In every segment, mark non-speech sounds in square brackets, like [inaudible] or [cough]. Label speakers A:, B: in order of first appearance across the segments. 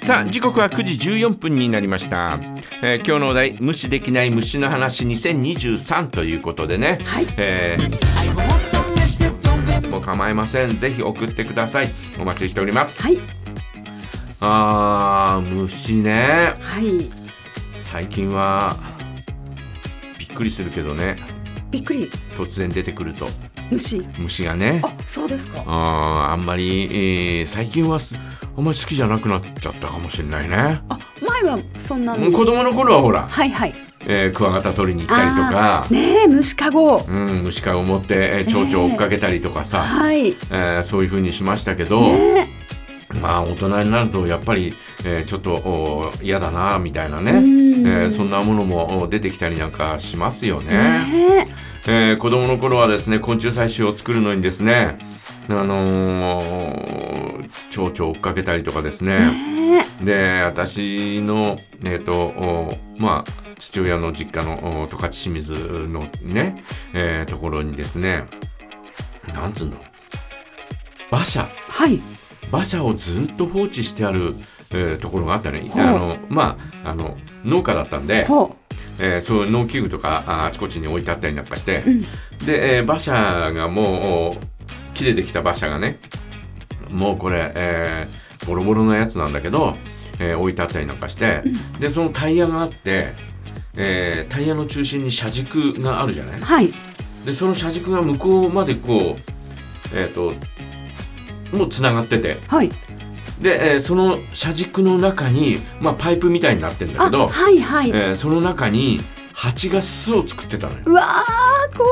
A: さあ時刻は9時14分になりました、えー今日のお題無視できない虫の話2023ということでね、
B: はい
A: えーもう構いませんぜひ送ってくださいお待ちしております
B: はい
A: あー虫ね
B: はい
A: 最近はびっくりするけどね
B: びっくり
A: 突然出てくると
B: 虫
A: 虫がね
B: あそうですか
A: あーあんまり、えー最近はすあんまり好きじゃなくなっちゃったかもしれないね
B: あ前はそんな
A: うん子
B: の
A: 供の頃はほら、
B: はいはい
A: えークワガタ取りに行ったりとか、
B: ねえ虫かご
A: うん、虫かご持ってえー蝶々追っかけたりとかさ、
B: はい
A: えーそういう風にしましたけど、
B: ね
A: まあ大人になるとやっぱり、えーちょっとお嫌だなみたいなね、え
B: うん
A: ーそんなものもお出てきたりなんかしますよ
B: え
A: ね。
B: ね
A: えー子供の頃はですね昆虫採集を作るのにですねあのー蝶々追っかけたりとかですね。
B: えね
A: で私のえっ、とおまあ父親の実家のお十勝清水のね、えーところにですねなんつうの馬車
B: えはい
A: 馬車をずっと放置してある、えーところがあったね
B: ほう
A: あのまああの農家だったんで、
B: ほ
A: えーそういう農機具とかああちこちに置いてあったりなんかして、
B: ん
A: で、えー馬車がもうお切れてきた馬車がねもうこれ、えーボロボロのやつなんだけど、えー置いてあったりなんかして、でそのタイヤがあって、えータイヤの中心に車軸があるじゃないう
B: はい
A: でその車軸が向こうまでこうえっ、ともうつながってて
B: はい
A: で、えーその車軸の中に、まあ、パイプみたいになってんだけ
B: あ
A: ど、
B: はいはい
A: えーその中に蜂が巣を作ってたのよ。
B: うわー怖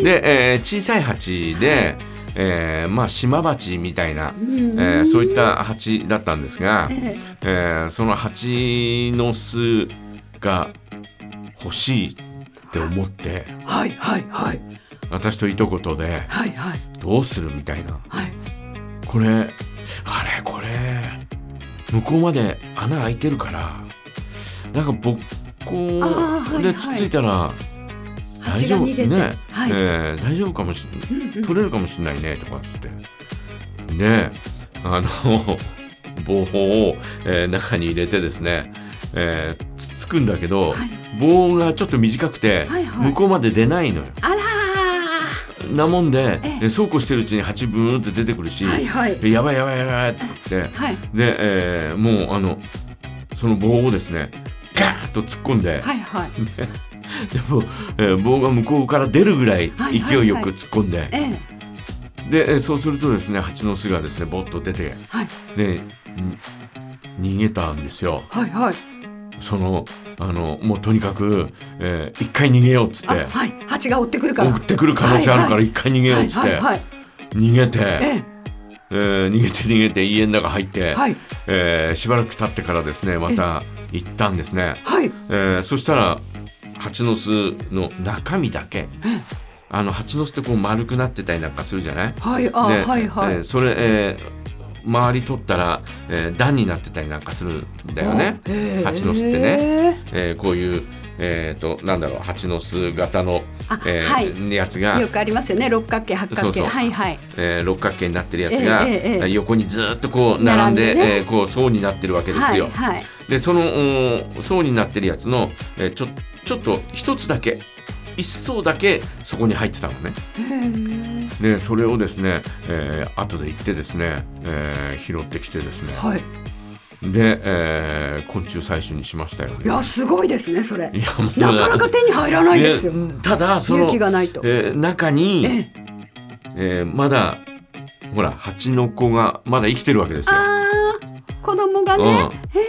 B: い
A: で、えー小さい蜂で、えーまあ島蜂みたいな、え
B: うん
A: ーそういった蜂だったんですが、
B: え
A: えーその蜂の巣が欲しいって思って
B: えはいはいはい
A: 私といとことで
B: はいはい
A: どうするみたいな
B: はい
A: これあれこれ向こうまで穴開いてるからなんかぼっ
B: あーは
A: こ
B: い
A: でつっついたら大
B: 蜂
A: 丈
B: が
A: 夫
B: 逃げて
A: ね、
B: はい
A: えー大丈夫かもしれない。
B: うんうん
A: 取れるかもしれないねとかっつってであの棒を、えー中に入れてですね、えーつっつくんだけど、
B: はい
A: 棒がちょっと短くて、
B: はいはい
A: 向こうまで出ないのよ。
B: あら
A: なもんで、
B: ええ
A: えそうこうしてるうちに蜂ブーンって出てくるし、
B: ーはいはい
A: やばいやばいやばいって言って
B: はい
A: で、えーもうあのその棒をですねガーッと突っ込んで、
B: はいはい
A: でも、えー棒が向こうから出るぐらい
B: はいはいはい
A: 勢いよく突っ込んで、
B: ええ
A: でえーそうするとですね蜂の巣がですねぼっと出て
B: はい
A: でん逃げたんですよ
B: はいはい
A: そのあのもうとにかく、えー一回逃げようっつっ
B: あ
A: て
B: はい蜂が追ってくるから
A: 送ってくる可能性あるか
B: は
A: ら
B: い
A: 一回逃げようっつっ
B: はい
A: て
B: はいはい
A: 逃げて、
B: え
A: えー逃げて逃げて家の中入って、
B: えはい
A: えーしばらく経ってからですねまた行ったんですね、
B: はい
A: えーそしたら蜂の巣の中身だけあの蜂の巣ってこう丸くなってたりなんかするじゃない
B: はいあ
A: で
B: はいはい
A: えーそれ、えー周り取ったら、えー段になってたりなんかするんだよね、
B: ええ
A: 蜂の巣ってねえーこういう、えー、となんだろう蜂の巣型の、
B: あ
A: えー
B: はい
A: やつが
B: よ、くありますよね六角形八角形
A: そうそう
B: はいはい
A: えー六角形になってるやつが、
B: ええええええ
A: 横にずーっとこう並んで
B: 並んでね
A: えーこう層になってるわけです
B: はい
A: よ。
B: はい
A: でそのお層になってるやつの、えーちょちょっと一つだけ一層だけそこに入ってたのね。
B: へえ
A: でそれをですね、えー後で行ってですね、えー拾ってきてですね
B: はい
A: で、えー昆虫採取にしましたよね。
B: いやすごいですねそれ
A: いやもう
B: なかなか手に入らないですよ
A: ねただその
B: 勇気がないとえ
A: えー中に、え
B: え
A: ーまだほら蜂の子がまだ生きてるわけですよ。
B: あー子供がね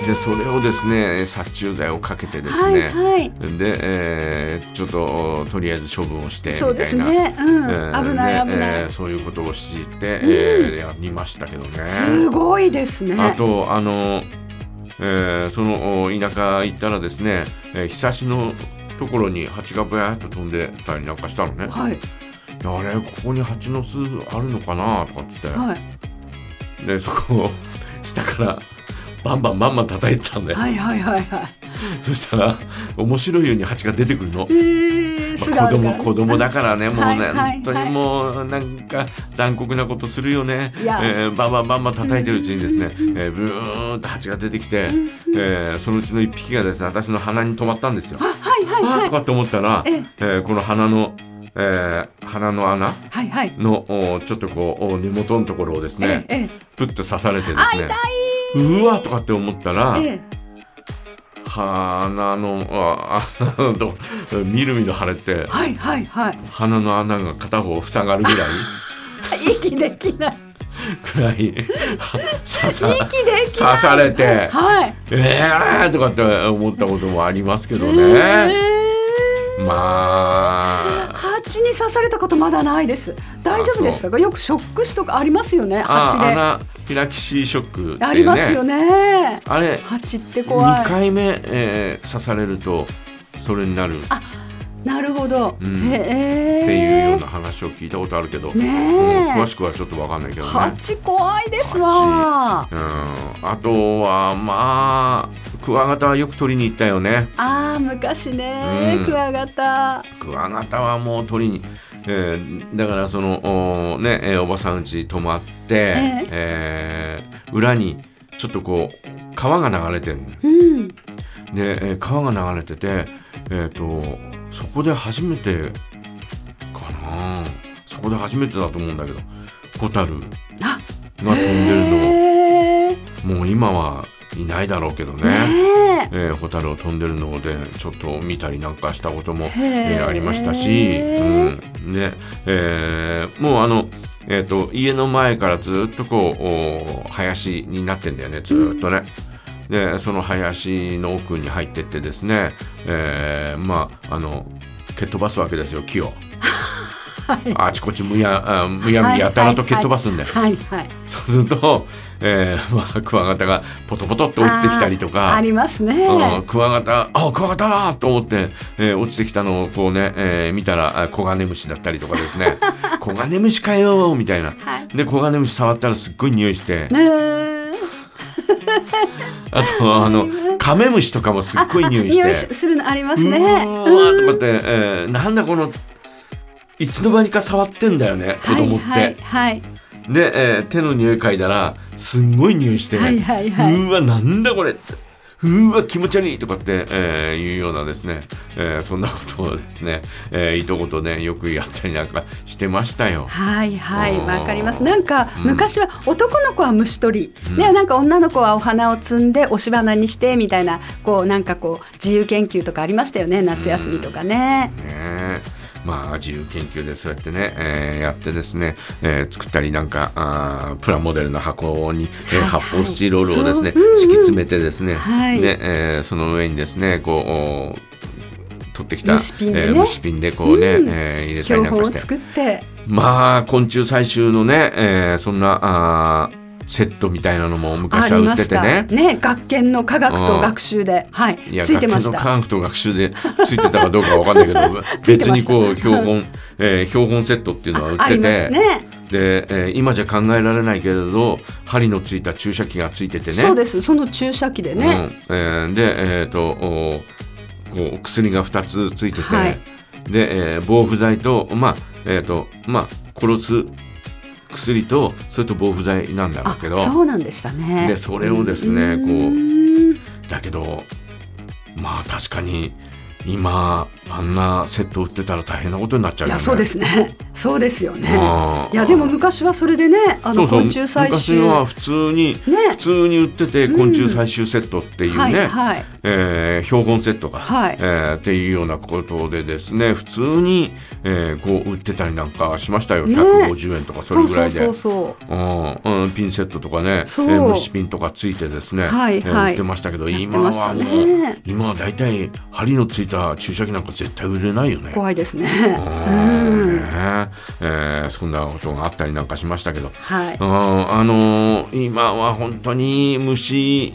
A: うん、でそれをですね殺虫剤をかけてです
B: は
A: ね、
B: いはい
A: で、えーちょっととりあえず処分をしてみたいな
B: そうですねうん
A: えー
B: 危ない
A: ね
B: 危な
A: えー
B: い
A: そういうことをして、えーやりましたけどね。
B: すごいですね
A: あとあの、えーそのお田舎行ったらですね、えー、ひさしのところに蜂がぶやーっと飛んでたりなんかしたのね。
B: はい
A: あれここに蜂の巣あるのかなとかっつって、
B: はい
A: でそこを下からバンバンバンバン叩いてたんで、
B: はいはいはいはい
A: そしたら面白いように蜂が出てくるの
B: え。ー、
A: ま
B: 巣が
A: あ
B: あ
A: 子
B: るから
A: 供子供だからね、もうね、
B: はいはいはい
A: 本当にもうなんか残酷なことするよね。
B: いや
A: えーバンバンバンバン叩いてるうちにですね、えーブーンと蜂が出てきて、えーそのうちの一匹がですね、私の鼻に止まったんですよ。
B: あはいはい
A: あ
B: は
A: ー
B: い
A: とかって思ったら、
B: ええ
A: えーこの鼻の、えー鼻の穴
B: はいはい
A: のおちょっとこうお根元のところをですね、
B: ええええ
A: プッと刺されてで
B: あ
A: す
B: 痛い
A: ね、うわーとかって思ったら、
B: ええ
A: 鼻のああ鼻のとこみるみる腫れて
B: はいはいはい
A: 鼻の穴が片方塞がるぐらい
B: [laughs] 息できない
A: く [laughs] らい刺さ
B: 息できない
A: 刺されて
B: はい
A: えーとかって思ったこともありますけど
B: え
A: ね、
B: え
A: まあ
B: 蜂に刺されたことまだないです大丈夫でしたかよくショック死とかありますよね
A: あ
B: 蜂であ
A: アナフィラキシーショックって、ね、
B: りますよね
A: あれ
B: 蜂って怖
A: 2
B: い
A: 回目、えー刺されるとそれになるっ
B: なるほど、
A: うん
B: ええ
A: ていうような話を聞いたことあるけど、
B: ねえ
A: うん詳しくはちょっとわかんないけどね。
B: 蜂怖いですわ
A: うん、あとはまあクワガタはよく取りに行ったよね
B: あー昔ね、
A: うん
B: クワガタ
A: クワガタはもう取りに、えーだからそのお,、ねえーおばさんうち泊まって、
B: え
A: えー裏にちょっとこう川が流れてる
B: うん
A: で、えー川が流れててえっ、とそこで初めてかなそこで初めてだと思うんだけどホタルが
B: あ
A: 飛んでる
B: へー
A: のもう今はいないだろうけど
B: ね
A: えー、ホタルを飛んでるのでちょっと見たりなんかしたことも、
B: へ
A: え
B: ー
A: ーありましたし、うんでえーもうあの、えー、と家の前からずっとこうお林になってんだよねずーっとね。でその林の奥に入ってってですね、えーまああの蹴っ飛ばすわけですよ木を。あちこちむやあむやみやたらと蹴っ飛ばすんだよ。
B: はいはい
A: そうすると、えーまあ、クワガタがポトポトって落ちてきたりと
B: あー
A: か
B: ありますね
A: うんクワガタ、あ、クワガタだと思って、えー落ちてきたのをこうね、えー見たら、あコガネムシだったりとかです
B: [laughs]
A: ね、コガネムシかよみたいな。
B: はい
A: で、コガネムシ触ったらすっごい匂いして、
B: ねー
A: あと、あの、カメムシとかもすっごい匂いして、
B: 匂いしするのあります
A: う
B: ね
A: ーわーとかって、えーなんだこの、いつの間にか触ってんだよね、子供って。
B: はいはい
A: で、えー手の匂い嗅いだら、すんごい匂いして、
B: はいはいはいう
A: ーわ、なんだこれうーわ、気持ち悪いとかって、えーいうようなですね、えーそんなことをですね、えー、いとことね、よくやったりなんかしてましたよ。
B: はいはい
A: うん
B: わかりますなんか
A: うん
B: 昔は男の子は虫取り、
A: ん
B: でなんか女の子はお花を摘んで押し花にしてみたいなこうなんかこう自由研究とかありましたよね夏休みとかね、
A: ねまあ、自由研究でそうやってね、えーやってですね、えー作ったりなんかあープラモデルの箱に、えー
B: はいはい
A: 発泡スチロールをですね、
B: そううんうん
A: 敷き詰めてですね、
B: はい
A: でえーその上にですねこうお取ってきた
B: 虫ピンでね
A: えー虫ピンでこうね、
B: うん
A: えー入れたり
B: 標
A: なん
B: 本を
A: かして
B: 作って
A: まあ昆虫採集のね、えーそんなあーセットみたいなのも
B: あ
A: 昔は
B: り
A: 売
B: ま
A: って
B: してた
A: ね
B: ね。学研の科学と学習で、はい
A: いや
B: ついてまし
A: 学研の科
B: た
A: 学と学習でついてたかどうかわかんないけ
B: [laughs]
A: ど
B: ついて
A: 別
B: ま
A: に
B: した
A: こう標本、えー標本セットっていうのは売
B: あ
A: って
B: りま
A: て、
B: すね
A: で、えー今じゃ考えられないけれど針のついた注射器がついててね
B: そうですその注射器で
A: うん
B: ね、
A: えーでえっ、とおこう薬が2つついてて、
B: はい
A: で、えー防腐剤とまあえっ、とまあ殺す薬とそれと防腐剤なんだろ
B: あ
A: うけど
B: そうなんでしたね
A: でそれをですねこう
B: ーん
A: だけどまあ確かに今あんなセット売ってたら大変なことになっちゃう
B: い
A: よね。
B: やそうですねそうですよね、
A: あー
B: いやでも昔はそれでねあ
A: そ
B: の
A: うそう
B: 昆虫採
A: 昔
B: 集
A: は普通に、
B: ね
A: 普通に売ってて昆虫採集セットっていうね、
B: はいはい
A: えー標本セットが、
B: はい
A: えーっていうようなことでですね普通に、えーこう売ってたりなんかしましたよ、
B: ね
A: 150円とかそ
B: そ
A: れ
B: う
A: ぐら
B: そう
A: いで。
B: そうそう
A: うんうんピンセットとかね、え
B: そう
A: ー虫ピンとかついてですね、
B: はい
A: えー
B: はい
A: 売ってましたけど
B: やって
A: 今
B: ました
A: は
B: ね
A: もう、今は大体針のついた注射器なんか絶対売れないよね。
B: 怖いですね
A: う
B: う
A: ん
B: ん
A: ねえーそんなことがあったりなんかしましたけど、
B: はい
A: うんあのー今は本当に虫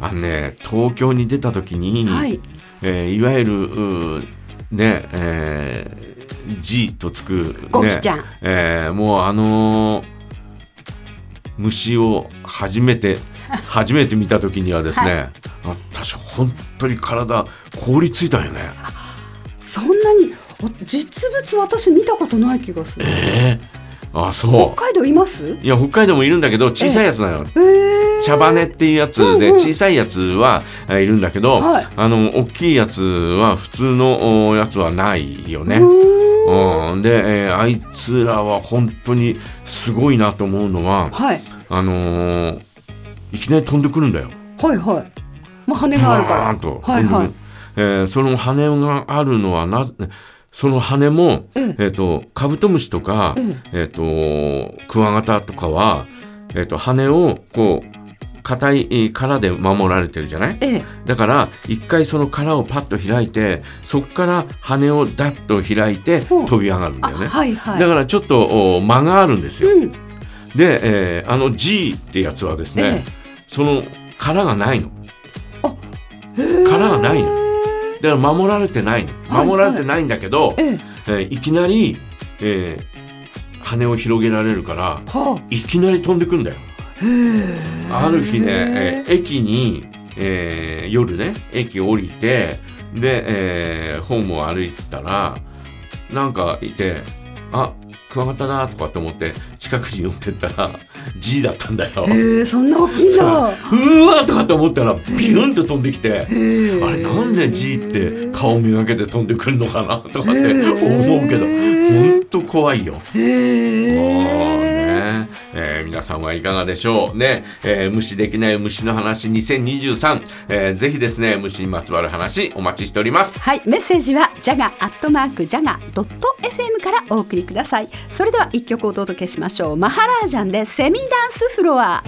A: あのね東京に出た時に、
B: はい
A: えーいわゆるうーねえー G とつく、ね、
B: ゴキちゃん [laughs]
A: えーもうあのー虫を初めて初めて見た時にはですね、私本当に体凍りついたよね
B: そんなにお実物私見たことない気がする
A: ええあそ
B: 北海道います
A: ういや北海道もいるんだけど小さいやつなの、
B: えー、
A: 茶羽根っていうやつ
B: うん
A: で
B: うん
A: 小さいやつはえーいるんだけど、
B: はい
A: あの大きいやつは普通のおやつはないよね。
B: うーん
A: うん、で、えーあいつらは本当にすごいなと思うのは
B: はい
A: あのーいきなり飛んでくるんだよ。
B: はいはいまあ羽がある
A: バー
B: か
A: ンと飛
B: はい
A: んでくる。
B: はい
A: えーその羽があるのはなぜその羽も、
B: らええ
A: えー、とカブトムシとか、
B: え
A: えー、とクワガタとかは、えー、と羽をこう硬いえー殻で守られてるじゃない
B: えええ
A: だから一回その殻をパッと開いてそこから羽をダッと開いて
B: ほう
A: 飛び上がるん
B: あ
A: だよね。
B: はいはい
A: だからちょっとお間があるんですよ。
B: うん
A: で、えーあの G ってやつはですね、その殻がないの。
B: ええ
A: 殻がないの。だから守られてないの。
B: はいはい
A: 守られてないんだけど、
B: ええ
A: えーいきなり、えー羽を広げられるから
B: はい
A: きなり飛んでくんだよ。
B: あへえ
A: ある日ね、えー駅に、えー夜ね駅降りてで、えーホームを歩いてたらなんかいて「あクワガタだ」とかって思って近くに寄ってったら G だったんだよ。
B: へえそんな大きいん
A: さ
B: だ
A: あうわーとかって思ったらビュンと飛んできて。
B: へえ
A: あれなんで G って顔めがけて飛んでくるのかなとかって
B: へー
A: 思うけどほんと怖いよ。
B: へ
A: もう
B: え
A: ね、えー皆さんはいかがでしょうね、えー無視できない虫の話2023、えーぜひですね虫にまつわる話お待ちしております
B: はい、メッセージはジャガアットマークジャガドット FM からお送りください。それでは一曲お届けしましょう。マハラージャンでセミダンスフロア。